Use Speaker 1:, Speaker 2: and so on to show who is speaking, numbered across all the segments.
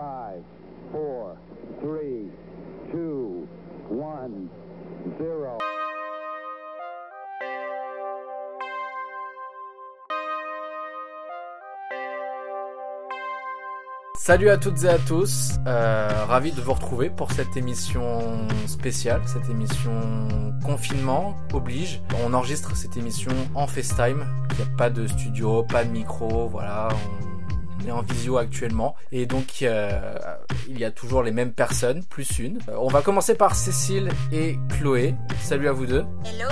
Speaker 1: five, four, three, two, one, zero.
Speaker 2: Salut à toutes et à tous, euh, ravi de vous retrouver pour cette émission spéciale, cette émission confinement oblige. On enregistre cette émission en FaceTime, il n'y a pas de studio, pas de micro, voilà, on est en visio actuellement et donc euh, il y a toujours les mêmes personnes, plus une. Euh, on va commencer par Cécile et Chloé, salut à vous deux,
Speaker 3: Hello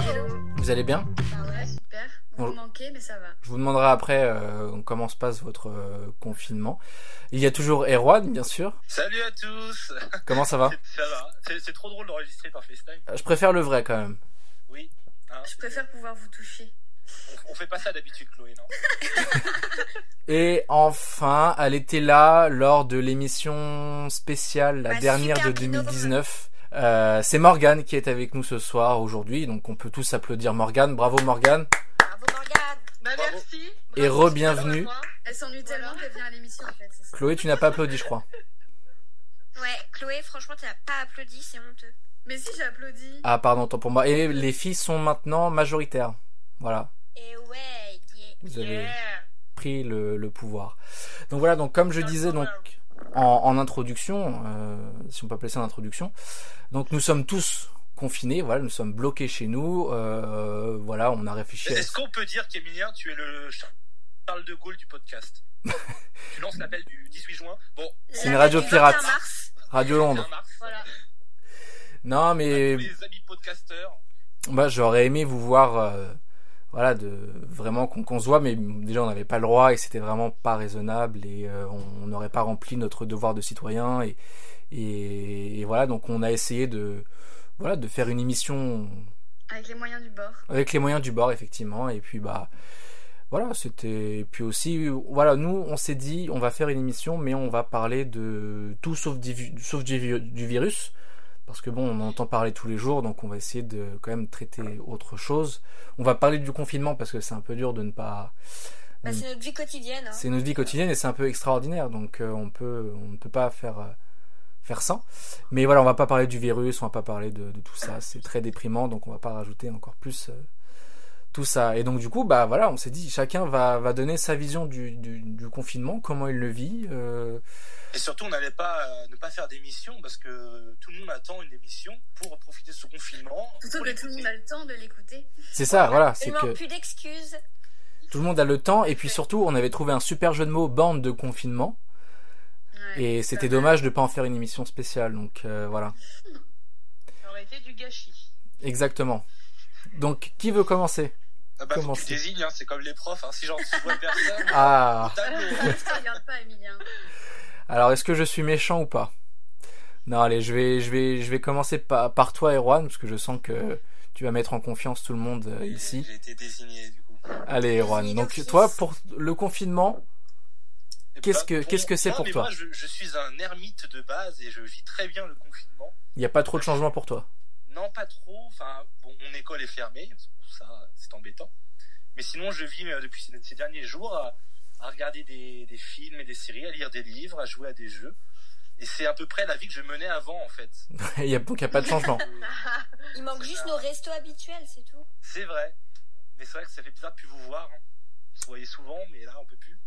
Speaker 2: vous allez bien
Speaker 4: Bah ouais, super. Vous
Speaker 2: Bon.
Speaker 4: me manquez, mais ça va.
Speaker 2: Je vous demanderai après euh, comment se passe votre euh, confinement. Il y a toujours Erwan, bien sûr.
Speaker 5: Salut à tous
Speaker 2: Comment ça va
Speaker 5: Ça va C'est c'est trop drôle d'enregistrer par FaceTime.
Speaker 2: Je préfère le vrai quand même.
Speaker 5: Oui. hein,
Speaker 4: Je préfère pouvoir vous toucher.
Speaker 5: On, on fait pas ça d'habitude, Chloé, non
Speaker 2: Et enfin, elle était là lors de l'émission spéciale, la
Speaker 3: Ma
Speaker 2: dernière de
Speaker 3: super binôme.
Speaker 2: 2019. Euh, c'est Morgane qui est avec nous ce soir, aujourd'hui, donc on peut tous applaudir Morgane. Bravo Morgane.
Speaker 3: Bravo Morgane
Speaker 6: Bah
Speaker 5: Bravo.
Speaker 6: merci.
Speaker 2: Et
Speaker 6: Bravo,
Speaker 2: re-bienvenue.
Speaker 6: c'est pas moi.
Speaker 4: Elle s'ennuie
Speaker 6: Voilà.
Speaker 4: tellement qu'elle vient à l'émission en fait. c'est ça.
Speaker 2: Chloé, tu n'as pas applaudi, je crois.
Speaker 3: Ouais, Chloé, franchement, t'as pas applaudi, c'est honteux.
Speaker 4: Mais si j'applaudis.
Speaker 2: Ah, pardon, tant pour moi. Et les filles sont maintenant majoritaires. Voilà,
Speaker 3: Et Eh ouais, yeah.
Speaker 2: vous avez
Speaker 6: Yeah.
Speaker 2: pris le, le pouvoir. Donc voilà, donc comme je disais, donc en, en introduction, euh, si on peut appeler ça une introduction. Donc nous sommes tous confinés, voilà, nous sommes bloqués chez nous, euh, voilà, on a réfléchi. À...
Speaker 5: Est-ce qu'on peut dire qu'Emilien, tu es le Char- Charles de Gaulle du podcast Tu lances l'appel du 18 juin. Bon,
Speaker 2: C'est une radio pirate.
Speaker 3: Mars.
Speaker 2: Radio Londres.
Speaker 5: 1 mars.
Speaker 6: Voilà.
Speaker 2: Non,
Speaker 5: à
Speaker 2: mais
Speaker 5: tous les amis podcasteurs.
Speaker 2: bah, j'aurais aimé vous voir, euh, voilà, de vraiment qu'on qu'on se voit, mais déjà on n'avait pas le droit et c'était vraiment pas raisonnable et euh, on on n'aurait pas rempli notre devoir de citoyen et, et, et voilà, donc on a essayé de voilà de faire une émission
Speaker 4: Avec les moyens du bord.
Speaker 2: avec les moyens du bord effectivement et puis bah voilà c'était et puis aussi voilà nous on s'est dit on va faire une émission mais on va parler de tout sauf du, vi- sauf du, vi- du virus parce que bon on en entend parler tous les jours donc on va essayer de quand même traiter autre chose on va parler du confinement parce que c'est un peu dur de ne pas Mm.
Speaker 3: Bah, c'est notre vie quotidienne. Hein.
Speaker 2: c'est notre vie quotidienne et c'est un peu extraordinaire donc euh, on peut on ne peut pas faire euh, faire sans mais voilà on va pas parler du virus on va pas parler de, de tout ça c'est très déprimant donc on va pas rajouter encore plus euh, tout ça et donc du coup bah voilà on s'est dit chacun va va donner sa vision du, du, du confinement comment il le vit euh,
Speaker 5: Et surtout, on n'allait pas euh, ne pas faire d'émission parce que tout le monde attend une émission pour profiter de ce confinement.
Speaker 4: Surtout
Speaker 5: pour
Speaker 4: que tout le monde
Speaker 5: l'écouter.
Speaker 4: a le temps de l'écouter.
Speaker 2: c'est ça voilà c'est
Speaker 3: Tellement
Speaker 2: que
Speaker 3: plus d'excuses.
Speaker 2: tout le monde a le temps et puis surtout on avait trouvé un super jeu de mots bande de confinement
Speaker 4: Ouais.
Speaker 2: et c'était dommage de pas en faire une émission spéciale donc euh, voilà
Speaker 6: Ça aurait été du gâchis.
Speaker 2: exactement donc qui veut commencer
Speaker 5: Ah bah, faut que
Speaker 2: Comment
Speaker 5: tu
Speaker 2: c'est
Speaker 5: désignes, hein, c'est comme les profs. hein, Si genre tu vois personne,
Speaker 2: ah
Speaker 5: au tableau.
Speaker 4: Ça regarde pas, Emilien.
Speaker 2: Alors, est-ce que je suis méchant ou pas Non, allez, je vais, je vais, je vais commencer par, par toi, Erwan, parce que je sens que tu vas mettre en confiance tout le monde euh, ici.
Speaker 5: J'ai été désigné du coup.
Speaker 2: Allez, Erwan.
Speaker 3: Désigné
Speaker 2: Donc,
Speaker 3: d'office.
Speaker 2: toi, pour le confinement, Qu'est-ce que-
Speaker 5: Bah,
Speaker 2: qu'est-ce que c'est
Speaker 5: moi,
Speaker 2: pour
Speaker 5: mais
Speaker 2: toi
Speaker 5: Moi, je, je suis un ermite de base et je vis très bien le confinement.
Speaker 2: il n'y a pas trop de changements pour toi.
Speaker 5: Non, pas trop. Enfin, bon, mon école est fermée, ça, c'est embêtant. Mais sinon, je vis euh, depuis ces, ces derniers jours à, à regarder des, des films et des séries, à lire des livres, à jouer à des jeux. Et c'est à peu près la vie que je menais avant, en fait.
Speaker 2: Il n'y a, donc, il y a pas de changement.
Speaker 3: Il manque
Speaker 5: C'est
Speaker 3: juste
Speaker 5: ça.
Speaker 3: nos restos habituels, c'est tout.
Speaker 5: C'est vrai. Mais c'est vrai que ça fait bizarre de plus vous voir. Hein. Vous voyez souvent, mais là, on peut plus.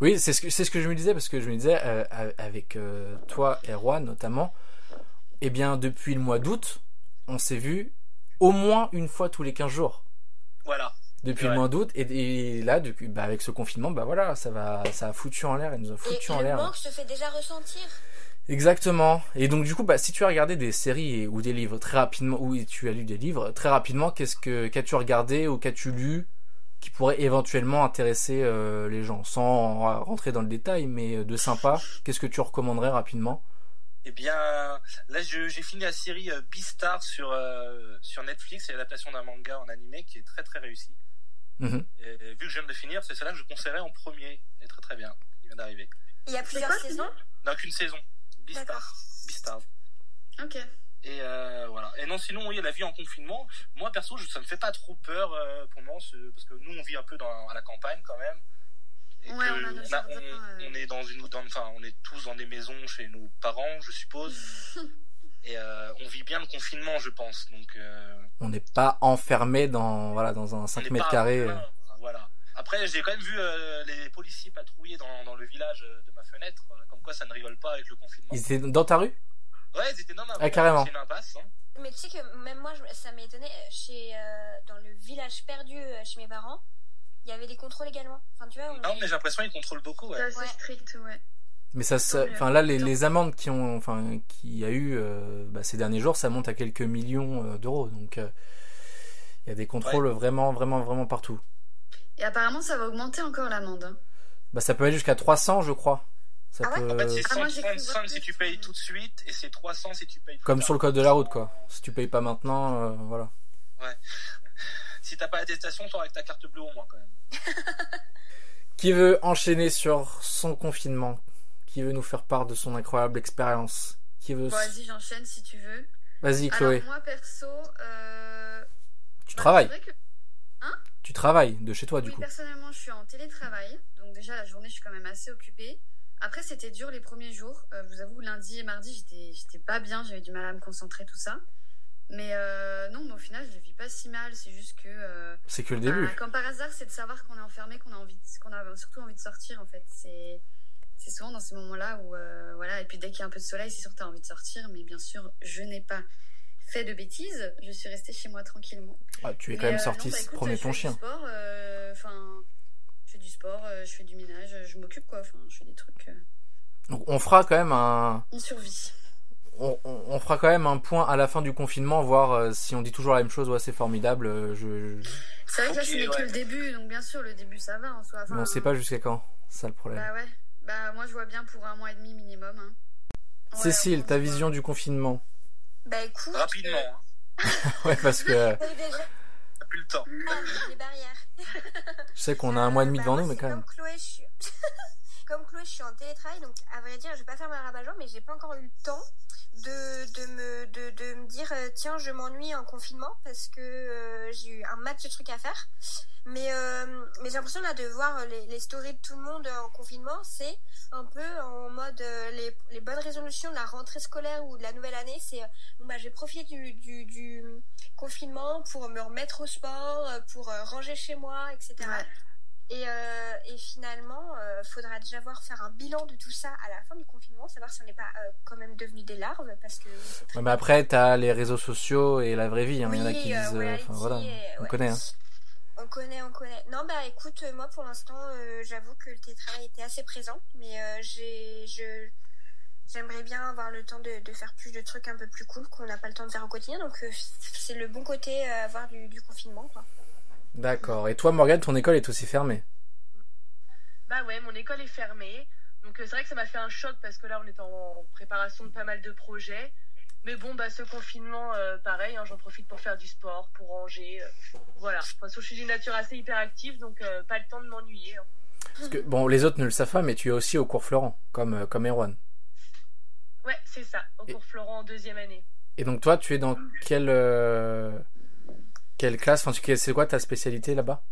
Speaker 2: Oui, c'est ce que c'est ce que je me disais parce que je me disais euh, a- avec euh, toi, Erwan notamment. Eh bien, depuis le mois d'août, on s'est vu au moins une fois tous les 15 jours.
Speaker 5: Voilà.
Speaker 2: Depuis
Speaker 5: Ouais.
Speaker 2: le mois d'août et, et là, depuis, bah, avec ce confinement, bah voilà, ça va, ça a foutu en l'air. Ils nous ont
Speaker 3: Et
Speaker 2: foutu en
Speaker 3: le
Speaker 2: l'air. hein.
Speaker 3: manque se fait déjà ressentir.
Speaker 2: Exactement. Et donc du coup, bah, si tu as regardé des séries et- ou des livres très rapidement, ou tu as lu des livres très rapidement, qu'est-ce que qu'as-tu regardé ou qu'as-tu lu qui pourrait éventuellement intéresser euh, les gens, sans euh, rentrer dans le détail, mais euh, de sympa. Qu'est-ce que tu recommanderais rapidement
Speaker 5: Eh bien, là, je- j'ai fini la série euh, Beastars sur, euh, sur Netflix. C'est l'adaptation d'un manga en animé qui est très très réussie.
Speaker 2: Mhm.
Speaker 5: Et vu que je viens de le finir, c'est celle-là que je conseillerais en premier. Elle est très très bien. Il vient d'arriver.
Speaker 3: Il y a plusieurs
Speaker 4: quoi,
Speaker 3: saisons.
Speaker 5: Non, qu'une saison. Beastars. Beastars.
Speaker 4: Ok.
Speaker 5: Et euh, voilà. Et non, sinon, oui, la vie en confinement. Moi, perso, je, ça me fait pas trop peur euh, pour moi, ce- parce que nous, on vit un peu dans, à la campagne quand même. et
Speaker 3: Ouais,
Speaker 5: que
Speaker 3: on a nos
Speaker 5: on, a-
Speaker 3: jardins,
Speaker 5: on-
Speaker 3: euh.
Speaker 5: on est dans une, dans- enfin, on est tous dans des maisons chez nos parents, je suppose. et euh, on vit bien le confinement, je pense. Donc, euh,
Speaker 2: On n'est pas enfermé dans, voilà, dans un
Speaker 5: on
Speaker 2: 5
Speaker 5: est
Speaker 2: mètres
Speaker 5: pas-
Speaker 2: carrés. euh.
Speaker 5: voilà, Voilà. Après, j'ai quand même vu euh, les policiers patrouiller dans, dans le village euh, de ma fenêtre. euh, Comme quoi, ça ne rigole pas avec le confinement.
Speaker 2: Ils étaient dans ta rue
Speaker 5: Ouais, ils étaient dans ma
Speaker 2: Ah, carrément.
Speaker 5: C'est une impasse. hein.
Speaker 3: Mais tu sais que même moi, je- ça m'a étonné. euh, Chez, euh, dans le village perdu euh, chez mes parents, il y avait des contrôles également. Enfin, tu vois, on
Speaker 5: Non,
Speaker 3: est-
Speaker 5: mais j'ai l'impression qu'ils contrôlent beaucoup. ouais.
Speaker 4: C'est assez
Speaker 3: Ouais.
Speaker 4: strict, ouais.
Speaker 2: Mais ça, se-
Speaker 4: Ouais.
Speaker 2: enfin là, les, les amendes qui ont, enfin, qu'il y a eu euh, bah, ces derniers jours, ça monte à quelques millions euh, d'euros. Donc, euh, il y a des contrôles vraiment, vraiment, vraiment partout.
Speaker 4: Et apparemment, ça va augmenter encore l'amende. hein.
Speaker 2: Bah, ça peut aller jusqu'à 300, je crois. Ça
Speaker 3: Ah ouais
Speaker 2: peut,
Speaker 5: En fait, c'est
Speaker 4: Ah, moi, j'ai cru voir
Speaker 5: 135 si
Speaker 4: plus,
Speaker 5: tu
Speaker 4: mais-
Speaker 5: payes tout de suite et c'est 300 si tu payes plus
Speaker 2: comme
Speaker 5: tard.
Speaker 2: sur le code de la route, quoi. Si tu payes pas maintenant, euh, voilà.
Speaker 5: Si t'as pas l'attestation, t'auras avec ta carte bleue au moins quand même.
Speaker 2: Qui veut enchaîner sur son confinement Qui veut nous faire part de son incroyable expérience Qui veut
Speaker 4: Bon,
Speaker 2: s-
Speaker 4: vas-y, j'enchaîne si tu veux.
Speaker 2: Vas-y,
Speaker 4: Alors,
Speaker 2: Chloé.
Speaker 4: moi, perso, euh...
Speaker 2: Tu
Speaker 4: bah,
Speaker 2: travailles.
Speaker 4: c'est vrai que-
Speaker 2: Tu travailles de chez toi, du
Speaker 4: Oui,
Speaker 2: coup.
Speaker 4: personnellement, je suis en télétravail. Donc, déjà, la journée, je suis quand même assez occupée. Après, c'était dur les premiers jours. Euh, je vous avoue, lundi et mardi, j'étais- j'étais pas bien. J'avais du mal à me concentrer, tout ça. Mais euh, non, mais au final, je vis pas si mal. C'est juste que. euh,
Speaker 2: C'est que le
Speaker 4: bah,
Speaker 2: début.
Speaker 4: comme par hasard, c'est de savoir qu'on est enfermé, qu'on a, envie de- qu'on a surtout envie de sortir, en fait. C'est. C'est souvent dans ces moments-là où, euh, voilà, et puis dès qu'il y a un peu de soleil, c'est sûr que t'as envie de sortir, mais bien sûr, je n'ai pas fait de bêtises, je suis restée chez moi tranquillement.
Speaker 2: Ah, tu es quand
Speaker 4: Mais,
Speaker 2: même
Speaker 4: euh,
Speaker 2: sorti
Speaker 4: non, bah, écoute,
Speaker 2: promener
Speaker 4: je
Speaker 2: ton
Speaker 4: fais du
Speaker 2: chien.
Speaker 4: sport, euh, Enfin, je fais du sport, euh, je fais du ménage, euh, je m'occupe quoi. Enfin, je fais des trucs. euh,
Speaker 2: Donc, on fera quand même un,
Speaker 4: on survit.
Speaker 2: on, on- on fera quand même un point à la fin du confinement, voir euh, si on dit toujours la même chose. Ouais, c'est formidable. euh, je, je-
Speaker 4: C'est vrai que là,
Speaker 5: Ok,
Speaker 4: ce n'est
Speaker 5: ouais.
Speaker 4: que le début, donc bien sûr, le début ça va en soi.
Speaker 2: Mais on
Speaker 4: Enfin,
Speaker 2: sait pas jusqu'à quand. C'est ça le problème.
Speaker 4: Bah ouais. Bah moi, je vois bien pour un mois et demi minimum. hein. Ouais,
Speaker 2: Cécile,
Speaker 4: on
Speaker 2: ta
Speaker 4: voit.
Speaker 2: vision du confinement.
Speaker 3: Bah
Speaker 4: Ah,
Speaker 3: écoute,
Speaker 5: Rapidement, hein.
Speaker 2: Ouais, parce que
Speaker 3: euh, t'as eu déjà
Speaker 5: t'as plus le temps.
Speaker 3: mal les barrières.
Speaker 2: je sais qu'on a un mois et demi
Speaker 3: Euh, bah,
Speaker 2: devant
Speaker 3: moi,
Speaker 2: nous, mais
Speaker 3: c'est
Speaker 2: quand même.
Speaker 3: Comme Chloé, je suis... comme Chloé, je suis en télétravail, donc à vrai dire, je vais pas faire ma rabat-joie, mais j'ai pas encore eu le temps de, de, me, de, de me dire euh, tiens, je m'ennuie en confinement parce que euh, j'ai eu un match de trucs à faire. Mais, euh, mais j'ai l'impression là de voir les, les stories de tout le monde en confinement, c'est un peu en mode euh, les, les bonnes résolutions de la rentrée scolaire ou de la nouvelle année, c'est euh, bon, bah, je vais profiter du, du, du confinement pour me remettre au sport, euh, pour euh, ranger chez moi, etc.
Speaker 4: Ouais.
Speaker 3: Et, euh, et finalement, euh, faudra déjà voir faire un bilan de tout ça à la fin du confinement, savoir si on n'est pas euh, quand même devenu des larves, parce que
Speaker 2: Ouais, mais après, t'as les réseaux sociaux et la vraie vie. hein. Il y en a
Speaker 3: Oui,
Speaker 2: qui
Speaker 3: euh,
Speaker 2: disent, euh,
Speaker 3: reality
Speaker 2: enfin voilà,
Speaker 3: et-
Speaker 2: on
Speaker 3: ouais.
Speaker 2: connaît. hein.
Speaker 3: on connaît, on connaît. Non, bah écoute, euh, moi pour l'instant, euh, j'avoue que le télétravail était assez présent, mais euh, j'ai, je, j'aimerais bien avoir le temps de, de faire plus de trucs un peu plus cool qu'on n'a pas le temps de faire au quotidien, donc euh, c'est le bon côté euh, à avoir du, du confinement, quoi.
Speaker 2: D'accord. Et toi, Morgane, ton école est aussi fermée.
Speaker 6: Bah ouais, mon école est fermée. Donc euh, c'est vrai que ça m'a fait un choc parce que là, on est en préparation de pas mal de projets. Mais bon, bah ce confinement, euh, pareil, hein, j'en profite pour faire du sport, pour ranger. euh, voilà. De toute façon, je suis d'une nature assez hyperactive, donc euh, pas le temps de m'ennuyer. hein.
Speaker 2: Parce que bon, les autres ne le savent pas, mais tu es aussi au cours Florent, comme euh, comme Erwan.
Speaker 6: Ouais, c'est ça, au
Speaker 2: Et-
Speaker 6: cours Florent en deuxième année.
Speaker 2: Et donc toi, tu es dans quelle euh, quelle classe Enfin, tu- c'est quoi ta spécialité là-bas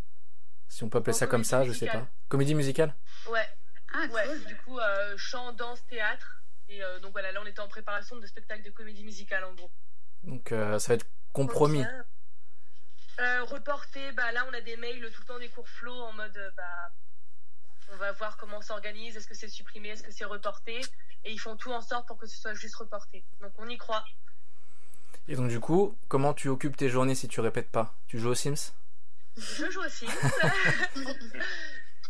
Speaker 2: Si on peut appeler
Speaker 6: En
Speaker 2: ça comme
Speaker 6: comédie
Speaker 2: ça, je sais pas.
Speaker 6: musicale.
Speaker 2: Comédie musicale.
Speaker 6: Ouais,
Speaker 4: Ah cool.
Speaker 6: ouais. Du coup, euh, chant, danse, théâtre. Et euh, donc voilà, là, on était en préparation de spectacle de comédie musicale en gros.
Speaker 2: Donc euh, ça va être compromis.
Speaker 3: Ok. hein.
Speaker 6: Euh, reporter, bah là on a des mails tout le temps des cours flow en mode euh, bah on va voir comment on s'organise, est-ce que c'est supprimé, est-ce que c'est reporté, et ils font tout en sorte pour que ce soit juste reporté. Donc on y croit.
Speaker 2: Et donc du coup, comment tu occupes tes journées si tu répètes pas Tu joues aux Sims
Speaker 6: Je joue aussi,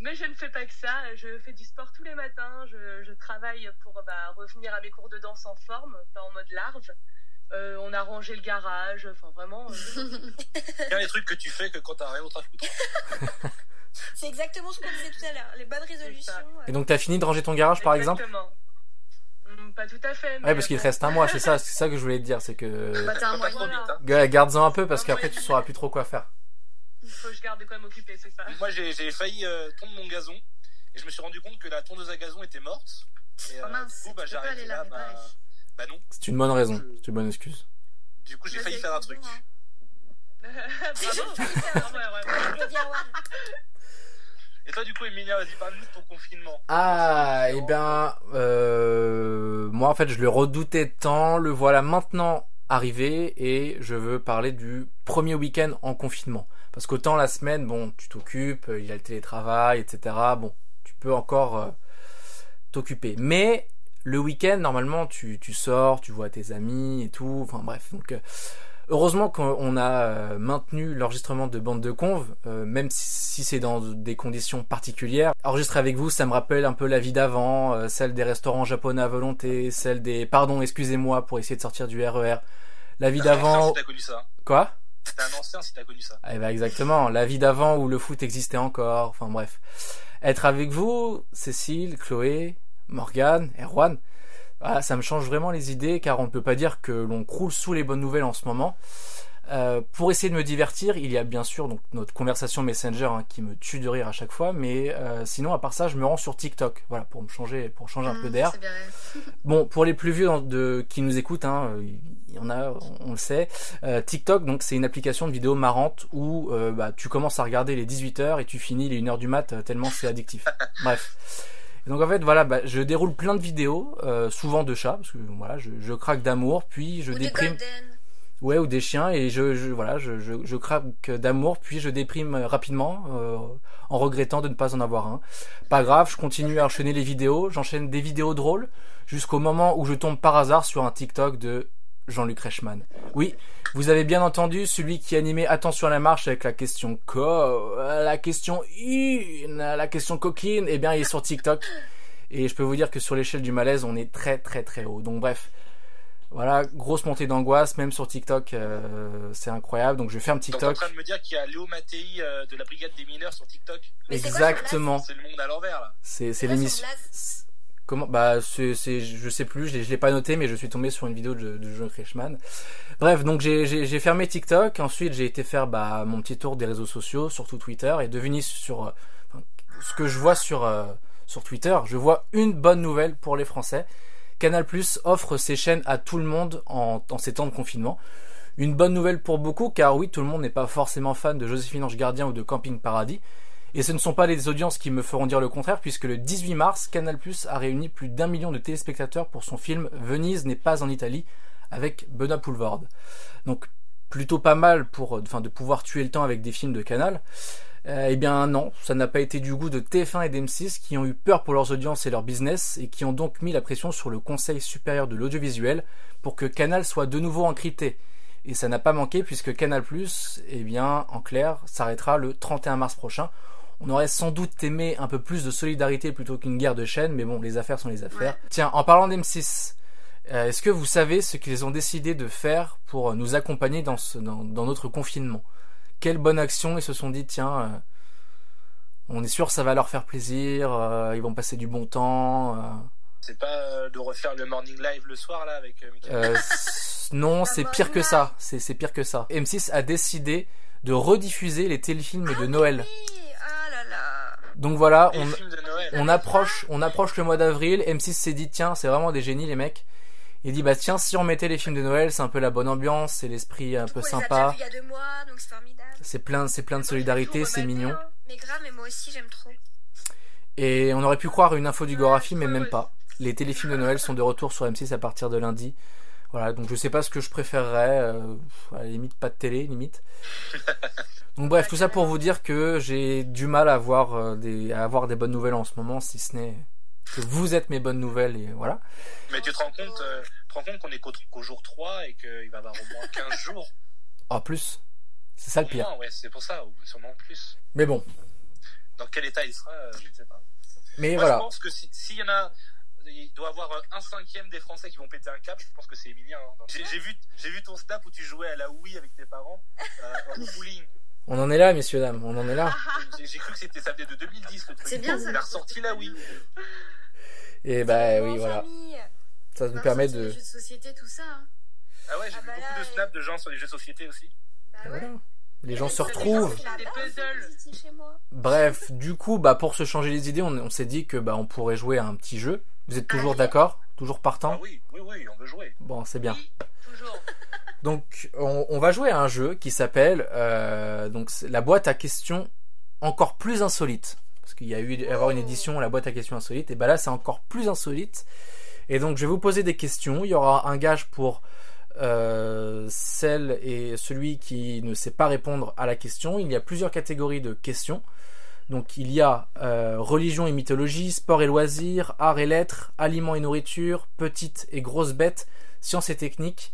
Speaker 6: mais je ne fais pas que ça. Je fais du sport tous les matins. Je, je travaille pour bah, revenir à mes cours de danse en forme, pas en mode larve. Euh, on a rangé le garage, enfin vraiment. euh,
Speaker 5: Il y a des trucs que tu fais que quand t'as rien autre à foutre.
Speaker 4: Ah,
Speaker 3: C'est exactement ce qu'on disait tout à l'heure, les bonnes résolutions.
Speaker 2: Et
Speaker 3: euh,
Speaker 2: donc t'as fini de ranger ton garage par exemple
Speaker 6: Exactement. Hum, Pas tout à fait. mais,
Speaker 2: Ouais, parce qu'il
Speaker 6: euh,
Speaker 2: te reste un mois. C'est ça, c'est ça que je voulais te dire, c'est que
Speaker 4: Bah t'as un
Speaker 5: Faut
Speaker 4: mois
Speaker 5: pas
Speaker 4: et
Speaker 5: trop
Speaker 4: demi.
Speaker 5: vite. hein.
Speaker 2: Ga- garde-en un peu parce
Speaker 6: Un
Speaker 2: qu'après
Speaker 6: mois et
Speaker 2: tu
Speaker 6: demi.
Speaker 2: sauras plus trop quoi faire.
Speaker 6: faut que je garde quand même occupé, c'est ça.
Speaker 5: Moi, j'ai j'ai failli euh, tondre mon gazon et je me suis rendu compte que la tondeuse à gazon était morte. Et,
Speaker 4: Oh mince,
Speaker 5: du coup, bah,
Speaker 4: tu
Speaker 5: j'ai
Speaker 4: peux pas
Speaker 5: arrêté
Speaker 4: aller la
Speaker 5: là. Bah,
Speaker 4: réparer.
Speaker 5: bah non.
Speaker 2: C'est une bonne raison,
Speaker 5: Je-
Speaker 2: c'est une bonne excuse.
Speaker 5: Du coup, j'ai
Speaker 3: Vas-y,
Speaker 5: failli faire un
Speaker 3: avec
Speaker 5: truc.
Speaker 3: moi, hein.
Speaker 6: Bravo.
Speaker 3: J'ai failli faire un
Speaker 6: Ouais, ouais, ouais.
Speaker 3: Je veux dire, ouais.
Speaker 5: Et toi, du coup, Emilia, vas-y, parle-nous de ton confinement.
Speaker 2: Ah, et bien, euh, moi en fait, je le redoutais tant, le voilà maintenant arrivé et je veux parler du premier week-end en confinement. Parce qu'autant la semaine, bon, tu t'occupes, il y a le télétravail, etc. Bon, tu peux encore euh, t'occuper. Mais le week-end, normalement, tu, tu sors, tu vois tes amis et tout. Enfin bref, donc euh, heureusement qu'on a euh, maintenu l'enregistrement de bande de conve, euh, même si, si c'est dans des conditions particulières. Enregistrer avec vous, ça me rappelle un peu la vie d'avant, euh, celle des restaurants japonais à volonté, celle des pardon, excusez-moi pour essayer de sortir du RER. La vie
Speaker 5: T'es un ancien
Speaker 2: d'avant,
Speaker 5: Si t'as connu ça.
Speaker 2: quoi
Speaker 5: T'es un ancien si t'as connu ça.
Speaker 2: eh ben exactement, la vie d'avant où le foot existait encore, enfin bref. Être avec vous, Cécile, Chloé, Morgane, Erwan, voilà, ça me change vraiment les idées car on ne peut pas dire que l'on croule sous les bonnes nouvelles en ce moment. Euh, pour essayer de me divertir, il y a bien sûr donc notre conversation Messenger hein, qui me tue de rire à chaque fois, mais euh, sinon à part ça, je me rends sur TikTok, voilà pour me changer, pour changer un peu
Speaker 4: Hum,
Speaker 2: d'air.
Speaker 4: c'est bien vrai.
Speaker 2: Bon, pour les plus vieux en- de, qui nous écoutent, hein, euh, il y en a, on- on le sait. euh, TikTok, donc c'est une application de vidéos marrante où euh, bah, tu commences à regarder les 18h et tu finis les 1h du mat euh, tellement c'est addictif. Bref. Et donc en fait, voilà, bah, je déroule plein de vidéos, euh, souvent de chats, parce que voilà, je, je craque d'amour, puis je
Speaker 3: Ou des
Speaker 2: déprime.
Speaker 3: golden.
Speaker 2: Ouais, ou des chiens, et je, je voilà, je, je, je craque d'amour, puis je déprime euh, rapidement euh, en regrettant de ne pas en avoir un. Pas grave, je continue à enchaîner les vidéos, j'enchaîne des vidéos drôles, jusqu'au moment où je tombe par hasard sur un TikTok de Jean-Luc Reichmann. Oui, vous avez bien entendu celui qui animait Attention à la marche avec la question co, euh, la question une, la question coquine, eh bien il est sur TikTok. Et je peux vous dire que sur l'échelle du malaise, on est très très très haut. Donc bref, voilà, grosse montée d'angoisse, même sur TikTok, euh, c'est incroyable. Donc je ferme
Speaker 5: Donc, t'es en
Speaker 2: TikTok.
Speaker 5: train de me dire qu'il y a Léo Mattei euh, de la brigade des mineurs sur TikTok.
Speaker 3: Mais c'est quoi son
Speaker 2: Exactement.
Speaker 5: C'est le monde à l'envers, là.
Speaker 2: C'est c'est
Speaker 3: C'est quoi son
Speaker 2: l'émission.
Speaker 3: blaze
Speaker 2: c'est- Comment Bah, c'est, c'est- je sais plus, je l'ai- je l'ai pas noté, mais je suis tombé sur une vidéo de, de John Kreshman. Bref, donc j'ai- j'ai j'ai fermé TikTok, ensuite j'ai été faire bah, mon petit tour des réseaux sociaux, surtout Twitter, et devenu sur euh, enfin, ce que je vois sur, euh, sur Twitter, je vois une bonne nouvelle pour les Français. Canal Plus offre ses chaînes à tout le monde en, en ces temps de confinement. Une bonne nouvelle pour beaucoup, car oui, tout le monde n'est pas forcément fan de Joséphine Ange Gardien ou de Camping Paradis. Et ce ne sont pas les audiences qui me feront dire le contraire, puisque le 18 mars, Canal Plus a réuni plus d'un million de téléspectateurs pour son film Venise n'est pas en Italie avec Benoît Poulvord. Donc, plutôt pas mal pour, euh, enfin, de pouvoir tuer le temps avec des films de Canal. Euh, eh bien, non, ça n'a pas été du goût de TF1 et d'M6 qui ont eu peur pour leurs audiences et leur business et qui ont donc mis la pression sur le Conseil supérieur de l'audiovisuel pour que Canal soit de nouveau encrypté. Et ça n'a pas manqué puisque Canal+, eh bien, en clair, s'arrêtera le 31 mars prochain. On aurait sans doute aimé un peu plus de solidarité plutôt qu'une guerre de chaînes, mais bon, les affaires sont les affaires. Tiens, en parlant d'M6, euh, est-ce que vous savez ce qu'ils ont décidé de faire pour euh, nous accompagner dans, ce- dans- dans notre confinement Quelle bonne action Ils se sont dit, tiens, euh, on est sûr que ça va leur faire plaisir, euh, ils vont passer du bon temps. euh.
Speaker 5: C'est pas euh, de refaire le morning live le soir, là, avec euh, Michael.
Speaker 2: Euh, s- non, c'est pire que ça. C'est c'est pire que ça. M6 a décidé de rediffuser les téléfilms de Noël.
Speaker 3: Ah Oui, ah là là.
Speaker 2: Donc voilà,
Speaker 5: Et
Speaker 2: on,
Speaker 5: les films de Noël.
Speaker 2: on approche, on approche le mois d'avril. M6 s'est dit tiens, c'est vraiment des génies les mecs. Il dit bah tiens, si on mettait les films de Noël, c'est un peu la bonne ambiance, c'est l'esprit un
Speaker 3: Du
Speaker 2: peu
Speaker 3: coup, on les a déjà
Speaker 2: sympa.
Speaker 3: vus il y a deux mois, donc c'est formidable.
Speaker 2: C'est plein, c'est plein de
Speaker 6: Moi,
Speaker 2: solidarité,
Speaker 6: j'ai toujours
Speaker 2: c'est
Speaker 6: rematé,
Speaker 2: mignon.
Speaker 6: hein.
Speaker 3: Mais grave, mais moi aussi j'aime trop.
Speaker 2: Eh Et on aurait pu croire une info du Gorafi, mais
Speaker 6: Ouais,
Speaker 2: même
Speaker 6: ouais.
Speaker 2: pas. Les téléfilms de Noël sont de retour sur M6 à partir de lundi. Voilà, donc je sais pas ce que je préférerais. euh, à la limite, pas de télé, limite. Donc bref, tout ça pour vous dire que j'ai du mal à avoir, euh, des, à avoir des bonnes nouvelles en ce moment, si ce n'est que vous êtes mes bonnes nouvelles, et voilà.
Speaker 5: Mais tu te rends compte, euh, tu te rends compte qu'on est qu'au, qu'au jour 3 et qu'il va y avoir au moins 15 jours.
Speaker 2: En Ah, plus, c'est ça le
Speaker 5: Au
Speaker 2: Ah, pire.
Speaker 5: moins, ouais, c'est pour ça, ou sûrement plus.
Speaker 2: Mais bon,
Speaker 5: Dans quel état il sera, euh, je ne sais pas.
Speaker 2: mais
Speaker 5: Moi, je
Speaker 2: voilà.
Speaker 5: pense que si- s'il y en a, il doit y avoir euh, un cinquième des Français qui vont péter un cap. Je pense que c'est Emilien. hein. Dans- J'ai, j'ai vu, j'ai vu ton snap où tu jouais à la Wii avec tes parents, euh, en bowling.
Speaker 2: On en est là, messieurs, dames, on en est là.
Speaker 5: J'ai, j'ai cru que c'était ça venait de 2010 le truc.
Speaker 4: C'est bien, ça.
Speaker 5: Il a ressorti la Wii.
Speaker 2: Et
Speaker 3: C'est
Speaker 2: bah
Speaker 3: vraiment
Speaker 2: oui,
Speaker 3: en
Speaker 2: voilà.
Speaker 3: famille.
Speaker 2: Ça nous
Speaker 4: Non,
Speaker 2: permet
Speaker 4: surtout les
Speaker 2: de...
Speaker 4: jeux de société, tout ça. hein.
Speaker 5: Ah ouais, j'ai
Speaker 3: Ah
Speaker 5: vu
Speaker 3: bah
Speaker 5: beaucoup
Speaker 3: là,
Speaker 5: de
Speaker 3: il-
Speaker 5: snaps de gens sur les jeux de société aussi.
Speaker 3: Bah ouais.
Speaker 2: Voilà. Les gens se
Speaker 6: des gens
Speaker 2: retrouvent.
Speaker 6: qui
Speaker 3: C'est la
Speaker 6: Des
Speaker 3: base,
Speaker 6: puzzles.
Speaker 3: les petits chez moi.
Speaker 2: Bref, du coup, bah, pour se changer les idées, on, on s'est dit que bah, on pourrait jouer à un petit jeu. Vous êtes toujours d'accord Toujours
Speaker 5: Ah
Speaker 2: partant
Speaker 5: oui, oui, oui, on veut jouer.
Speaker 2: Bon, c'est bien.
Speaker 6: Oui, toujours.
Speaker 2: Donc, on, on va jouer à un jeu qui s'appelle euh, donc c'est la boîte à questions encore plus insolite. parce qu'il y a eu il va y avoir une édition la boîte à questions insolites et ben là c'est encore plus insolite et donc je vais vous poser des questions il y aura un gage pour euh, celle et celui qui ne sait pas répondre à la question il y a plusieurs catégories de questions donc il y a euh, religion et mythologie sport et loisirs art et lettres aliments et nourriture petites et grosses bêtes sciences et techniques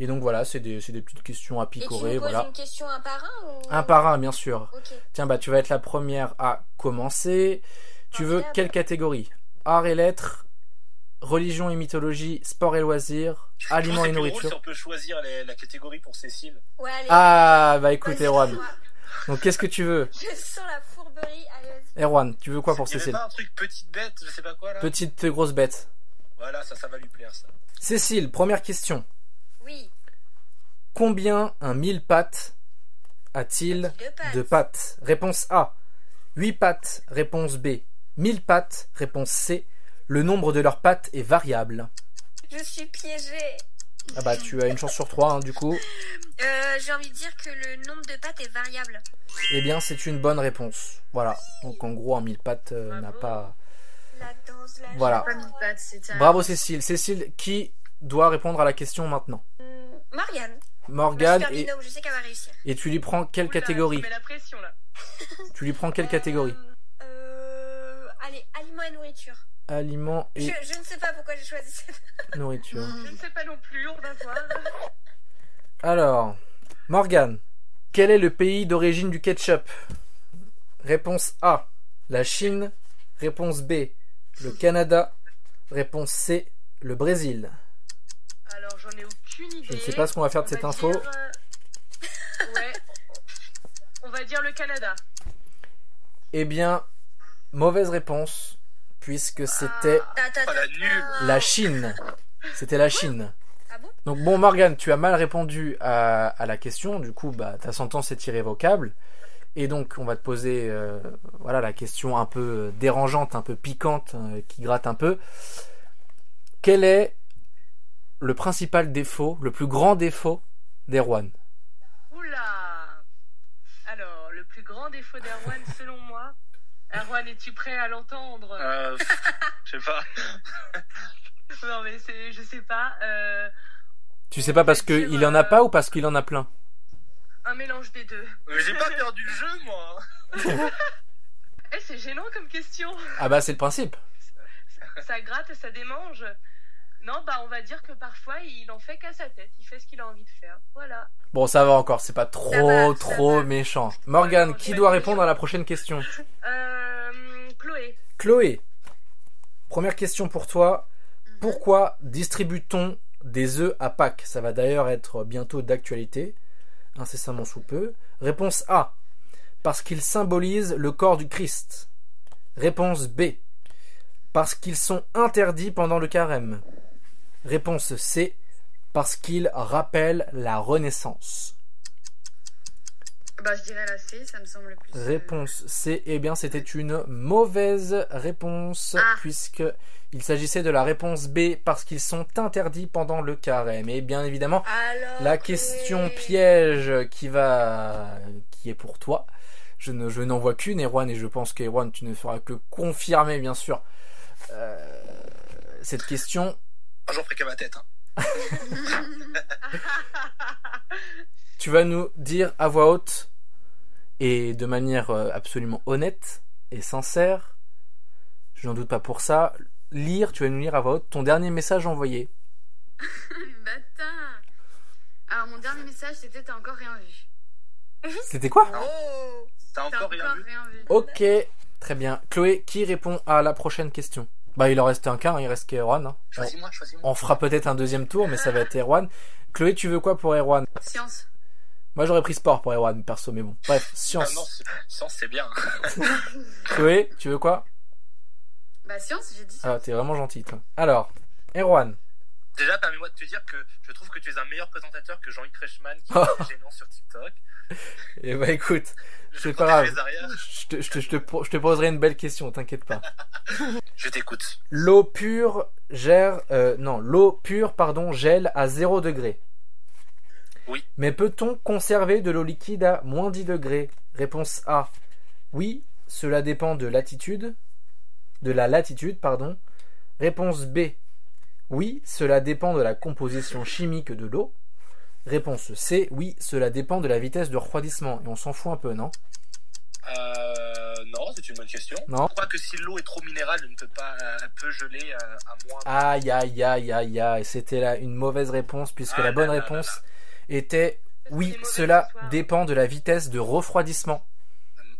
Speaker 2: et donc voilà c'est des, c'est des petites questions à
Speaker 3: Et tu
Speaker 2: picorer
Speaker 3: nous poses
Speaker 2: voilà
Speaker 3: une question un par un ou...
Speaker 2: un par un bien sûr
Speaker 3: Ok.
Speaker 2: Tiens, bah, tu vas être la première à commencer. Tu veux
Speaker 3: Formidable.
Speaker 2: quelle catégorie Art et lettres, religion et mythologie, sport et loisirs,
Speaker 5: Je
Speaker 2: aliments
Speaker 5: pense
Speaker 2: et
Speaker 5: que c'est plus drôle si
Speaker 2: nourriture.
Speaker 5: on peut choisir les- la catégorie pour Cécile.
Speaker 3: Ouais, allez.
Speaker 2: Ah, bah écoute,
Speaker 3: Vas-y,
Speaker 2: Erwan.
Speaker 3: dis-moi.
Speaker 2: Donc, qu'est-ce que tu veux
Speaker 3: Je sens la fourberie. Allez, vas-y.
Speaker 2: Erwan, tu veux quoi pour
Speaker 5: Il y avait
Speaker 2: Cécile
Speaker 5: pas un truc petite bête, je sais pas quoi là.
Speaker 2: Petite grosse bête.
Speaker 5: Voilà, ça, ça va lui plaire ça.
Speaker 2: Cécile, première question.
Speaker 3: Oui.
Speaker 2: Combien un mille pattes a-t-il
Speaker 3: Deux pattes.
Speaker 2: de pattes Réponse A. 8 pattes. Réponse B. 1000 pattes. Réponse C. Le nombre de leurs pattes est variable.
Speaker 3: Je suis piégée.
Speaker 2: Ah bah tu as une chance sur trois hein, du coup.
Speaker 3: Euh, J'ai envie de dire que le nombre de pattes est variable.
Speaker 2: Eh bien, c'est une bonne réponse. Voilà. Donc, en gros, en mille pattes euh, n'a
Speaker 6: Bravo.
Speaker 2: pas.
Speaker 3: La danse, la
Speaker 2: Voilà.
Speaker 3: joie.
Speaker 4: Pas mis de pattes, c'était un-
Speaker 2: Bravo, Cécile. Cécile, qui doit répondre à la question maintenant
Speaker 3: Hum, Marianne.
Speaker 2: Morgane,
Speaker 3: Super
Speaker 2: et,
Speaker 3: binôme, je sais qu'elle va réussir.
Speaker 2: et tu lui prends quelle
Speaker 6: Oula,
Speaker 2: catégorie
Speaker 6: Tu mets la pression là.
Speaker 2: Tu lui prends quelle catégorie
Speaker 3: Euh, Allez, aliments et nourriture.
Speaker 6: Euh,
Speaker 2: Aliments et
Speaker 3: Je, je ne sais pas pourquoi j'ai choisi cette.
Speaker 2: nourriture.
Speaker 6: Je ne sais pas non plus, on va voir.
Speaker 2: Alors, Morgane, quel est le pays d'origine du ketchup Réponse A, la Chine. Réponse B, le Canada. Réponse C, le Brésil.
Speaker 6: Alors j'en ai aucune idée.
Speaker 2: Je ne sais pas ce qu'on va faire de
Speaker 6: On
Speaker 2: cette
Speaker 6: va
Speaker 2: info.
Speaker 6: dire, euh, Ouais. On va dire le Canada.
Speaker 2: Eh bien, mauvaise réponse, puisque c'était
Speaker 3: Ta, ta, ta,
Speaker 5: Ah, la
Speaker 3: ta.
Speaker 5: nulle.
Speaker 2: la Chine. C'était la Chine.
Speaker 3: Ah bon
Speaker 2: Donc bon, Morgane, tu as mal répondu à, à la question, du coup, bah, ta sentence est irrévocable. Et donc, on va te poser euh, voilà, la question un peu dérangeante, un peu piquante, euh, qui gratte un peu. Quel est le principal défaut, le plus grand défaut d'Erwan
Speaker 6: Oula Alors, le plus grand défaut d'Erwan, selon moi. Erwan, es-tu prêt à l'entendre
Speaker 5: Euh, je sais pas.
Speaker 6: Non, mais c'est, je sais pas. euh,
Speaker 2: Tu sais pas parce qu'il en a
Speaker 3: euh,
Speaker 2: pas ou parce qu'il en a plein
Speaker 6: un mélange des deux.
Speaker 5: Mais J'ai pas perdu le jeu moi. hein.
Speaker 6: Eh, c'est gênant comme question.
Speaker 2: Ah bah c'est le principe.
Speaker 6: Ça gratte et ça démange. Non, bah, on va dire que parfois, il en fait qu'à sa tête. Il fait ce qu'il a envie de faire. Voilà.
Speaker 2: Bon, ça va encore, c'est pas trop,
Speaker 3: va, ça
Speaker 2: trop
Speaker 3: va.
Speaker 2: méchant. Morgane, qui doit répondre à la prochaine question
Speaker 6: Euh, Chloé.
Speaker 2: Chloé, première question pour toi. Pourquoi distribue-t-on des œufs à Pâques Ça va d'ailleurs être bientôt d'actualité, incessamment sous peu. Réponse A. Parce qu'ils symbolisent le corps du Christ. Réponse B. Parce qu'ils sont interdits pendant le carême. Réponse C. Parce qu'ils rappellent la Renaissance.
Speaker 4: Bah, je dirais la C, ça me semble le plus. euh,
Speaker 2: Réponse C, eh bien c'était une mauvaise réponse
Speaker 4: Ah.
Speaker 2: puisque il s'agissait de la réponse B parce qu'ils sont interdits pendant le carême. Et bien évidemment,
Speaker 3: Alors.
Speaker 2: la
Speaker 3: que-
Speaker 2: question piège qui va qui est pour toi. Je ne je n'en vois qu'une Erwan et je pense qu'Erwan tu ne feras que confirmer bien sûr euh, cette question.
Speaker 5: Ah, J'en ferai qu'à ma tête. Hein.
Speaker 2: Tu vas nous dire à voix haute et de manière euh, absolument honnête et sincère, je n'en doute pas pour ça, lire, tu vas nous lire à voix haute ton dernier message envoyé.
Speaker 4: le bâtard. Alors, mon dernier message, c'était T'as encore rien vu.
Speaker 2: C'était quoi
Speaker 3: Oh
Speaker 5: T'as
Speaker 4: T'as
Speaker 5: encore rien vu
Speaker 2: Ok, très bien. Chloé, qui répond à la prochaine question Bah il en reste un qu'un, il reste qu'Erwan. hein. On,
Speaker 5: Choisis-moi, choisis-moi.
Speaker 2: on fera peut-être un deuxième tour, mais ça va être Erwan. Chloé, tu veux quoi pour Erwan
Speaker 4: Science.
Speaker 2: Moi j'aurais pris sport pour Erwan, perso, mais bon. Bref, science.
Speaker 5: Ah non, c'est- science c'est bien.
Speaker 2: Chloé, tu veux quoi
Speaker 4: Bah, science, j'ai dit.
Speaker 2: Ah, t'es vraiment gentil, toi. Alors, Erwan.
Speaker 5: Déjà, permets-moi de te dire que je trouve que tu es un meilleur présentateur que Jean-Yves Freshman qui est gênant sur TikTok.
Speaker 2: Eh bah écoute,
Speaker 5: Je
Speaker 2: C'est
Speaker 5: protège
Speaker 2: pas grave.
Speaker 5: les arrières.
Speaker 2: Je te, je te- je te po- je te poserai une belle question, t'inquiète pas.
Speaker 5: Je t'écoute.
Speaker 2: L'eau pure gère, euh, non, l'eau pure, pardon, gèle à 0 degré.
Speaker 5: Oui.
Speaker 2: Mais peut-on conserver de l'eau liquide à moins 10 degrés Réponse A. Oui, Cela dépend de l'attitude. De la latitude, pardon. Réponse B. Oui, cela dépend de la composition chimique de l'eau. Réponse C. Oui, cela dépend de la vitesse de refroidissement. Et on s'en fout un peu, non
Speaker 5: Euh, non, c'est une bonne question.
Speaker 2: Non.
Speaker 5: Je crois que si l'eau est trop minérale, elle ne peut pas, euh, elle peut geler euh, à moins.
Speaker 2: Aïe, aïe, aïe, aïe, aïe. C'était là une mauvaise réponse puisque
Speaker 5: Ah
Speaker 2: la
Speaker 5: là
Speaker 2: bonne
Speaker 5: là là
Speaker 2: réponse était
Speaker 6: C'est
Speaker 2: oui,
Speaker 6: mauvais
Speaker 2: cela
Speaker 6: ce soir.
Speaker 2: dépend de la vitesse de refroidissement.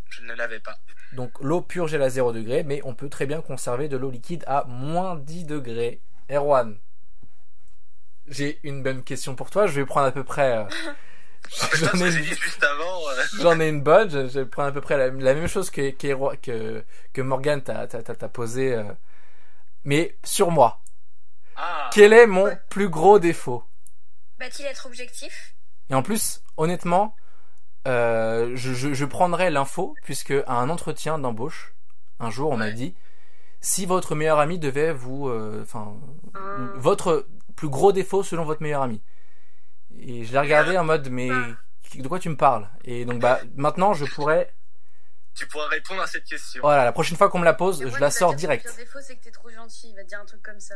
Speaker 5: Je ne l'avais pas.
Speaker 2: Donc l'eau pure gèle à 0 degré, mais on peut très bien conserver de l'eau liquide à moins 10 degrés. Erwan, j'ai une bonne question pour toi. Je vais prendre à peu près. euh,
Speaker 5: Je
Speaker 2: J'en
Speaker 5: ce que
Speaker 2: ai,
Speaker 5: j'ai dit juste avant. euh,
Speaker 2: j'en ai une bonne. Je, je vais prendre à peu près la, la même chose que, que, que, que Morgan t'a t'a- t'a- t'a posé. euh, mais sur moi.
Speaker 5: Ah,
Speaker 2: Quel est mon plus gros défaut
Speaker 3: Va-t-il être objectif
Speaker 2: Et en plus, honnêtement, euh, je, je, je prendrai l'info, puisque à un entretien d'embauche, un jour, on m'a
Speaker 5: Ouais.
Speaker 2: dit, si votre meilleur ami devait vous... euh, Enfin, votre plus gros défaut selon votre meilleur ami. Et je l'ai regardé en mode, mais de quoi tu me parles Et donc, bah, maintenant, je pourrais...
Speaker 5: tu pourras répondre à cette question.
Speaker 2: Voilà, la prochaine fois qu'on me la pose,
Speaker 4: Et
Speaker 2: je la
Speaker 4: moi, il va
Speaker 2: sors
Speaker 4: dire que Ton
Speaker 2: direct.
Speaker 4: pire défaut, c'est que t'es trop gentil. Il va te dire un truc comme ça.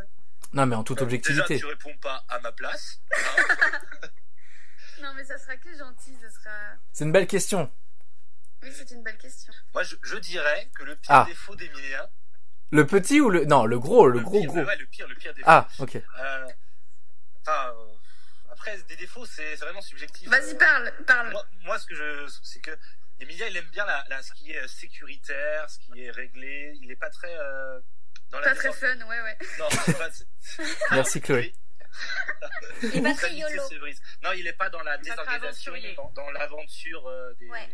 Speaker 2: Non, mais en toute
Speaker 5: Euh, Déjà,
Speaker 2: objectivité.
Speaker 5: tu réponds pas à ma place.
Speaker 4: Non, mais ça sera que gentil. Ça sera.
Speaker 2: C'est une belle question.
Speaker 4: Oui, c'est une belle question.
Speaker 5: Moi, je, je dirais que le pire
Speaker 2: Ah.
Speaker 5: défaut d'Emilien.
Speaker 2: Le petit ou le... Non, le gros, le gros,
Speaker 5: pire,
Speaker 2: gros.
Speaker 5: ouais, le pire, le pire défaut.
Speaker 2: Ah, ok.
Speaker 5: Euh, Enfin, euh, après, des défauts, c'est c'est vraiment subjectif. Euh,
Speaker 4: Vas-y, parle, parle.
Speaker 5: Moi, moi, ce que je. C'est que. Emilia, il aime bien la, la- ce qui est euh, sécuritaire, ce qui est réglé. Il est pas très. euh, dans la
Speaker 4: Pas très fun, ouais, ouais.
Speaker 5: Non, c'est pas. c'est-
Speaker 2: Merci, Chloé.
Speaker 3: Il est pas très
Speaker 5: Salut,
Speaker 3: yolo.
Speaker 5: c'est Brice. Non, il est pas dans la
Speaker 6: Pas très
Speaker 5: désorganisation,
Speaker 6: aventurier.
Speaker 5: dans, dans l'aventure euh, des.
Speaker 3: Ouais.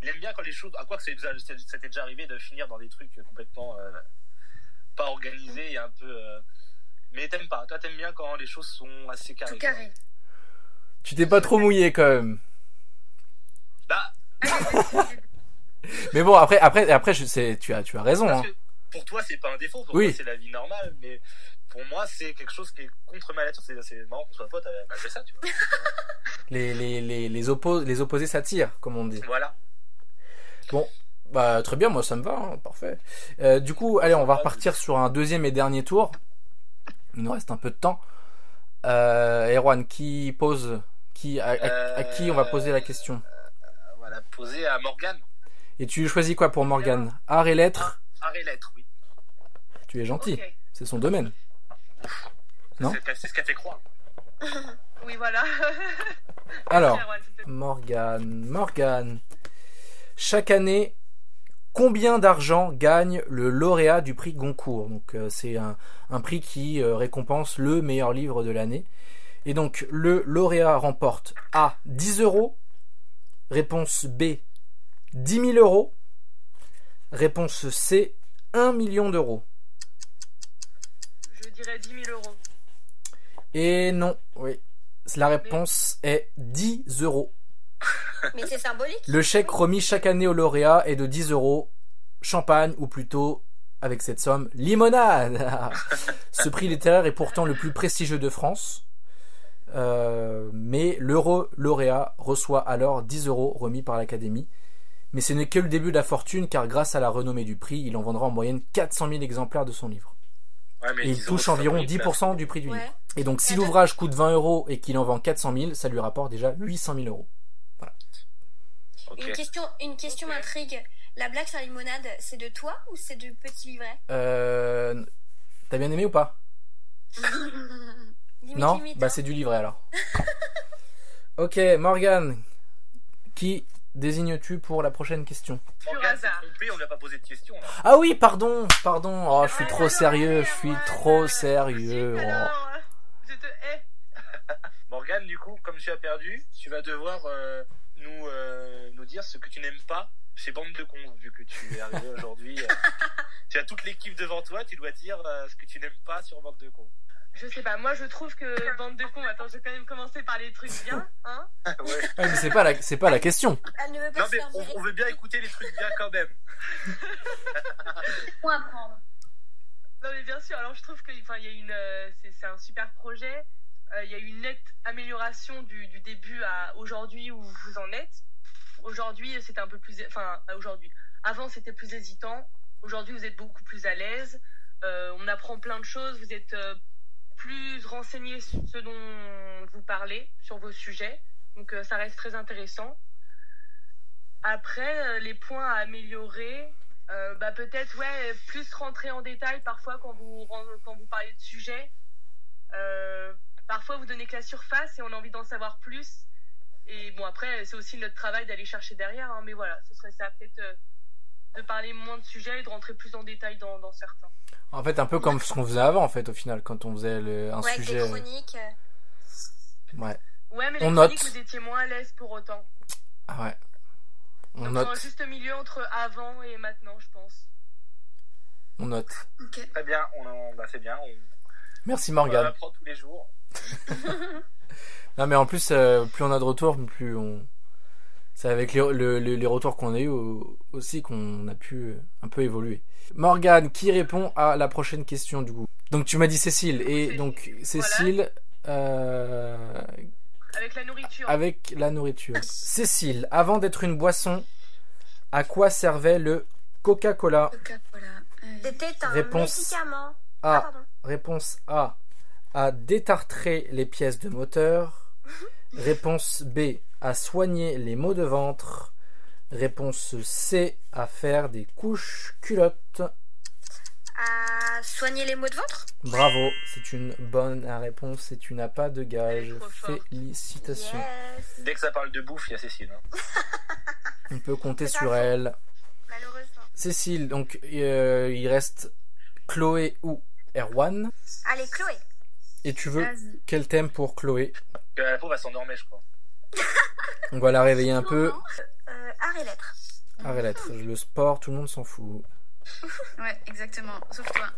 Speaker 5: Il aime bien quand les choses. À quoi que c'est déjà- c'est- c'était déjà arrivé de finir dans des trucs complètement euh, pas organisés et un peu. euh, Mais t'aimes pas. Toi, t'aimes bien quand les choses sont assez carrées.
Speaker 4: Tout
Speaker 5: quoi.
Speaker 4: carré.
Speaker 2: Tu t'es pas trop mouillé, quand même.
Speaker 5: Bah,
Speaker 2: Mais bon, après, après, après, je sais, tu as, tu as raison.
Speaker 5: parce
Speaker 2: hein.
Speaker 5: que pour toi, c'est pas un défaut. Pour
Speaker 2: Oui.
Speaker 5: toi, c'est la vie normale. Mais pour moi, c'est quelque chose qui est contre ma nature. C'est c'est marrant qu'on soit potes euh, malgré ça, tu vois.
Speaker 2: Les, les, les, les, oppo- les opposés s'attirent, comme on dit.
Speaker 5: Voilà.
Speaker 2: Bah, très bien, moi ça me va, hein, parfait. Euh, du coup, allez, on va repartir sur un deuxième et dernier tour. Il nous reste un peu de temps. Euh, Erwan, qui pose, qui, à, à- à qui on va poser la question
Speaker 5: Euh, Voilà, posé à Morgane.
Speaker 2: Et tu choisis quoi pour Morgane Art et lettres
Speaker 5: Art et lettres, oui.
Speaker 2: Tu es gentil,
Speaker 6: Ok.
Speaker 2: c'est son domaine. Non.
Speaker 5: C'est- C'est ce qu'elle fait croire.
Speaker 6: Oui, voilà.
Speaker 2: Alors,
Speaker 6: Erwan, s'il te plaît.
Speaker 2: Morgane, Morgane. Chaque année, combien d'argent gagne le lauréat du prix Goncourt Donc euh, c'est un, un prix qui euh, récompense le meilleur livre de l'année. Et donc le lauréat remporte A 10 euros, réponse B 10 000 euros, réponse C 1 million d'euros.
Speaker 6: Je dirais 10 000 euros.
Speaker 2: Et non, oui, la réponse est 10 euros.
Speaker 3: Mais c'est symbolique.
Speaker 2: Le chèque remis chaque année au lauréat est de 10 euros. Champagne, ou plutôt, avec cette somme, limonade Ce prix littéraire est pourtant le plus prestigieux de France. Euh, mais l'euro lauréat reçoit alors 10 euros remis par l'Académie. Mais ce n'est que le début de la fortune, car grâce à la renommée du prix, il en vendra en moyenne 400 000 exemplaires de son livre.
Speaker 5: Ouais, mais
Speaker 2: Et il
Speaker 5: disons,
Speaker 2: touche
Speaker 5: ça
Speaker 2: environ
Speaker 5: brille,
Speaker 2: 10% du prix du
Speaker 3: Ouais.
Speaker 2: livre. Et donc, si
Speaker 3: Attends.
Speaker 2: l'ouvrage coûte 20 euros et qu'il en vend 400 000, ça lui rapporte déjà 800 000 euros.
Speaker 5: là. Ok.
Speaker 3: Une question, une question
Speaker 6: Ok.
Speaker 3: m'intrigue. La blague sur la limonade, c'est de toi ou c'est du petit livret
Speaker 2: Euh, T'as bien aimé ou pas
Speaker 3: Limite,
Speaker 2: Non
Speaker 3: limite,
Speaker 2: Bah
Speaker 3: hein.
Speaker 2: c'est du livret alors. ok, Morgane, qui désignes-tu pour la prochaine question
Speaker 5: Morgane s'est
Speaker 6: hasard.
Speaker 5: trompée, on lui a pas posé de questions. là.
Speaker 2: Ah oui, pardon, pardon. Oh, je suis
Speaker 6: Ouais,
Speaker 2: trop
Speaker 6: alors,
Speaker 2: sérieux,
Speaker 6: allez,
Speaker 2: je suis
Speaker 6: Erwan.
Speaker 2: trop
Speaker 6: Zut,
Speaker 2: sérieux.
Speaker 6: alors,
Speaker 2: oh.
Speaker 6: euh, Je te hais.
Speaker 5: Morgane, du coup, comme tu as perdu, tu vas devoir euh, nous, euh, nous dire ce que tu n'aimes pas chez Bande de Cons, vu que tu es arrivé aujourd'hui. euh, tu as toute l'équipe devant toi, tu dois dire euh, ce que tu n'aimes pas sur Bande de Cons.
Speaker 6: Je sais pas, moi je trouve que bande de cons, attends, je vais quand même commencer par les trucs bien, hein.
Speaker 5: Ouais.
Speaker 2: Oh. Ouais, mais c'est pas la, c'est pas la question.
Speaker 3: Elle ne veut pas
Speaker 5: Non,
Speaker 3: se
Speaker 5: mais
Speaker 3: faire
Speaker 5: on,
Speaker 3: virer.
Speaker 5: on veut bien écouter les trucs bien quand même.
Speaker 4: Point à prendre.
Speaker 6: Non mais bien sûr, alors je trouve que enfin, il y a une, euh, c'est c'est un super projet. Euh, Il y a eu une nette amélioration du, du euh, début à aujourd'hui où vous en êtes. Aujourd'hui, c'était un peu plus, enfin aujourd'hui. Avant, c'était plus hésitant. Aujourd'hui, vous êtes beaucoup plus à l'aise. Euh, on apprend plein de choses. Vous êtes euh, plus renseigné sur ce dont vous parlez, sur vos sujets. Donc, euh, ça reste très intéressant. Après, euh, les points à améliorer, euh, bah, peut-être ouais, plus rentrer en détail parfois quand vous, ren- quand vous parlez de sujets. Euh, parfois, vous donnez que la surface et on a envie d'en savoir plus. Et bon, après, c'est aussi notre travail d'aller chercher derrière. hein, mais voilà, ce serait ça peut-être euh, de parler moins de sujets et de rentrer plus en détail dans, dans certains.
Speaker 2: En fait, un peu comme ce qu'on faisait avant, en fait, au final, quand on faisait le- un
Speaker 3: ouais, avec
Speaker 2: sujet.
Speaker 3: des chroniques. euh,
Speaker 2: Ouais.
Speaker 6: Ouais, mais les
Speaker 2: On
Speaker 6: chroniques,
Speaker 2: note.
Speaker 6: vous étiez moins à l'aise pour autant.
Speaker 2: Ah ouais. On
Speaker 6: Donc,
Speaker 2: note.
Speaker 6: dans un juste milieu entre avant et maintenant, je pense.
Speaker 2: On note.
Speaker 4: Ok.
Speaker 5: Très bien, on en- bah, c'est bien, on,
Speaker 2: Merci
Speaker 5: on
Speaker 2: Morgane.
Speaker 5: apprend tous les jours.
Speaker 2: Non mais en plus, euh, plus on a de retours, plus on. C'est avec les, le- le- les retours qu'on a eu au- aussi qu'on a pu euh, un peu évoluer. Morgane, qui répond à la prochaine question du coup Donc tu m'as dit Cécile et donc Cécile euh,
Speaker 6: Avec la nourriture.
Speaker 2: avec la nourriture. Cécile, avant d'être une boisson, à quoi servait le Coca-Cola
Speaker 4: Coca-Cola. Euh,
Speaker 3: C'était un
Speaker 2: Réponse.
Speaker 3: médicament. Ah,
Speaker 2: A.
Speaker 3: hein, pardon.
Speaker 2: Réponse A. À détartrer les pièces de moteur. Réponse B. À soigner les maux de ventre. Réponse C. À faire des couches culottes.
Speaker 3: À soigner les maux de ventre
Speaker 2: Bravo, c'est une bonne réponse et tu n'as pas de gage.
Speaker 6: Elle est trop forte.
Speaker 2: Félicitations.
Speaker 3: Yes.
Speaker 5: Dès que ça parle de bouffe, il y a Cécile. hein.
Speaker 2: On peut compter
Speaker 3: C'est
Speaker 2: sur
Speaker 3: pas faux.
Speaker 2: elle.
Speaker 3: Malheureusement.
Speaker 2: Cécile, donc euh, il reste Chloé ou Erwan.
Speaker 3: Allez, Chloé.
Speaker 2: Et tu
Speaker 6: Euh.
Speaker 2: veux
Speaker 4: vas-y.
Speaker 2: quel thème pour Chloé
Speaker 5: Que La pauvre, elle s'endormait, je crois.
Speaker 2: On va la réveiller un peu.
Speaker 3: Euh, art et lettres.
Speaker 2: Arrête, lettre. le sport, tout le monde s'en fout.
Speaker 4: Ouais, exactement. Sauf toi.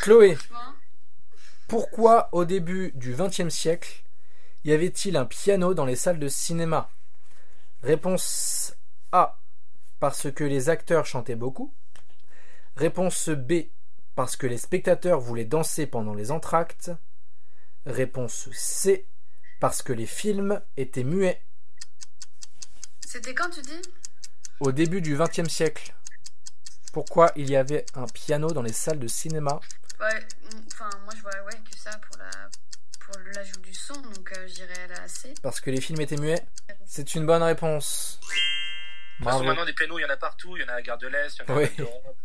Speaker 2: Chloé,
Speaker 4: Toi,
Speaker 2: pourquoi au début du XXe siècle y avait-il un piano dans les salles de cinéma Réponse A. Parce que les acteurs chantaient beaucoup. Réponse B. Parce que les spectateurs voulaient danser pendant les entr'actes. Réponse C. Parce que les films étaient muets.
Speaker 4: C'était quand tu dis
Speaker 2: Au début du XXe siècle, pourquoi il y avait un piano dans les salles de cinéma
Speaker 4: Ouais, m- enfin, moi je vois ouais, que ça pour la pour l'ajout du son, donc euh, je dirais la C.
Speaker 2: Parce que les films étaient muets C'est une bonne réponse.
Speaker 5: De toute façon,
Speaker 2: Bravo.
Speaker 5: maintenant, des pianos, il y en a partout. Il y en a à la Gare de l'Est, il y en a
Speaker 2: Oui.
Speaker 5: à l'Europe.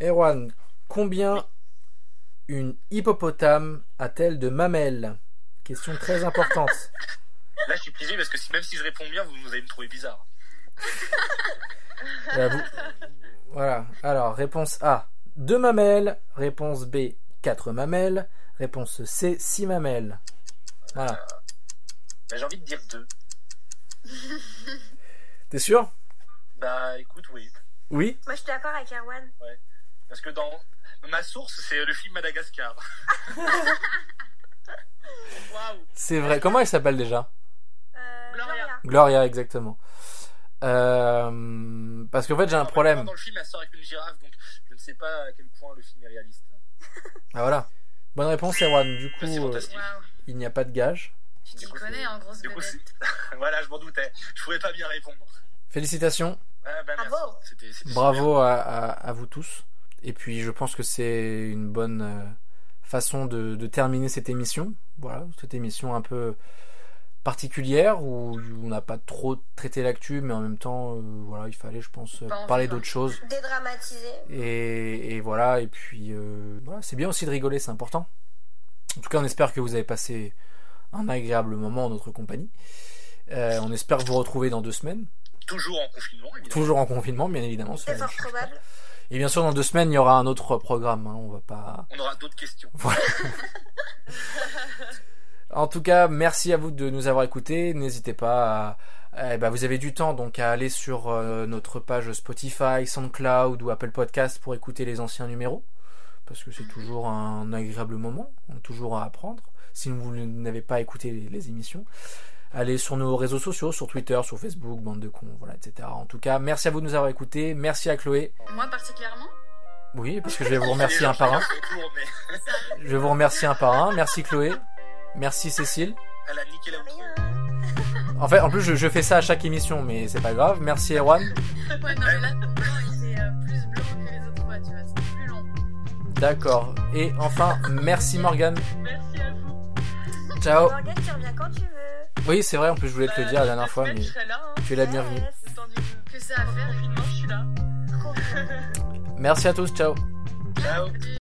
Speaker 2: Erwan, combien une hippopotame a-t-elle de mamelles Question très importante.
Speaker 5: Là, je suis piégé parce que si- même si je réponds bien, vous, vous allez me trouver bizarre.
Speaker 2: Euh, vous- Voilà. Alors, réponse A, 2 mamelles. Réponse B, 4 mamelles. Réponse C, 6 mamelles. Voilà.
Speaker 5: Bah, J'ai envie de dire deux.
Speaker 2: T'es sûr
Speaker 5: Bah écoute, oui.
Speaker 2: Oui
Speaker 3: Moi, je suis d'accord avec Erwan.
Speaker 5: Parce que dans ma source, c'est le film Madagascar.
Speaker 6: Waouh.
Speaker 2: C'est vrai. Comment elle s'appelle déjà
Speaker 3: Euh,
Speaker 6: Gloria.
Speaker 3: Gloria.
Speaker 2: Gloria, exactement. Euh, parce qu'en fait,
Speaker 5: Ah,
Speaker 2: j'ai un problème.
Speaker 5: Dans le film, elle sort avec une girafe, donc je ne sais pas à quel point le film est réaliste.
Speaker 2: Ah, voilà. Bonne réponse, Erwan. Du coup,
Speaker 5: C'est
Speaker 2: euh,
Speaker 5: fantastique.
Speaker 4: Waouh,
Speaker 2: il n'y a pas de gage.
Speaker 4: tu t'y
Speaker 5: Du coup,
Speaker 4: connais
Speaker 5: c'est-
Speaker 4: en grosse
Speaker 5: du coup,
Speaker 4: bébête.
Speaker 5: voilà, je m'en doutais. Je pouvais pas bien répondre.
Speaker 2: Félicitations.
Speaker 5: Ah, bah, merci.
Speaker 3: Bravo.
Speaker 5: C'était- c'était
Speaker 2: Bravo à, à- à vous tous. Et puis je pense que c'est une bonne euh, façon de, de terminer cette émission. Voilà, cette émission un peu particulière où on n'a pas trop traité l'actu, mais en même temps, euh, voilà, il fallait, je pense, euh,
Speaker 4: Pas envie,
Speaker 2: parler
Speaker 4: quoi.
Speaker 2: d'autres choses.
Speaker 3: Dédramatisé.
Speaker 2: Et, et voilà, et puis euh, voilà, c'est bien aussi de rigoler, c'est important. En tout cas, on espère que vous avez passé un agréable moment en notre compagnie. Euh, on espère vous retrouver dans deux semaines,
Speaker 5: Toujours en confinement, évidemment.
Speaker 2: toujours en confinement, bien évidemment. ça
Speaker 3: C'est
Speaker 2: ne
Speaker 3: fort
Speaker 2: change pas.
Speaker 3: probable.
Speaker 2: Et bien sûr, dans deux semaines, il y aura un autre programme. hein, on va pas.
Speaker 5: On aura d'autres questions.
Speaker 2: En tout cas, merci à vous de nous avoir écoutés. N'hésitez pas. À... eh ben, vous avez du temps donc à aller sur euh, notre page Spotify, SoundCloud ou Apple Podcast pour écouter les anciens numéros, parce que c'est toujours un agréable moment, on a toujours à apprendre. Si vous n'avez pas écouté les, les émissions, allez sur nos réseaux sociaux, sur Twitter, sur Facebook, bande de cons, voilà, etc. En tout cas, merci à vous de nous avoir écoutés. Merci à Chloé.
Speaker 4: Moi particulièrement.
Speaker 2: Oui, parce que je vais vous remercier un par un.
Speaker 5: Autour, mais
Speaker 2: Je vais vous remercier un par un. Merci Chloé. Merci Cécile.
Speaker 5: elle a niqué la
Speaker 3: Rien.
Speaker 2: En fait, en plus, je, je fais ça à chaque émission, mais c'est pas grave. Merci Erwan.
Speaker 4: Ouais, non, mais là, ton blanc était euh, plus blanc que les autres fois, tu vois. C'était plus long.
Speaker 2: D'accord. Et enfin, merci Morgane.
Speaker 6: Merci à vous.
Speaker 2: Ciao.
Speaker 3: Morgane, tu reviens quand tu veux.
Speaker 2: Oui, c'est vrai, en plus, je voulais te le
Speaker 6: Bah,
Speaker 2: dire la
Speaker 6: toute
Speaker 2: dernière fois,
Speaker 6: semaine,
Speaker 2: mais
Speaker 6: Je serai là, hein.
Speaker 2: tu es la bienvenue.
Speaker 3: Yes.
Speaker 6: Le temps du
Speaker 4: Que ça à faire.
Speaker 6: confinement, je suis là.
Speaker 2: Merci à tous, ciao.
Speaker 5: Ciao.
Speaker 4: Salut.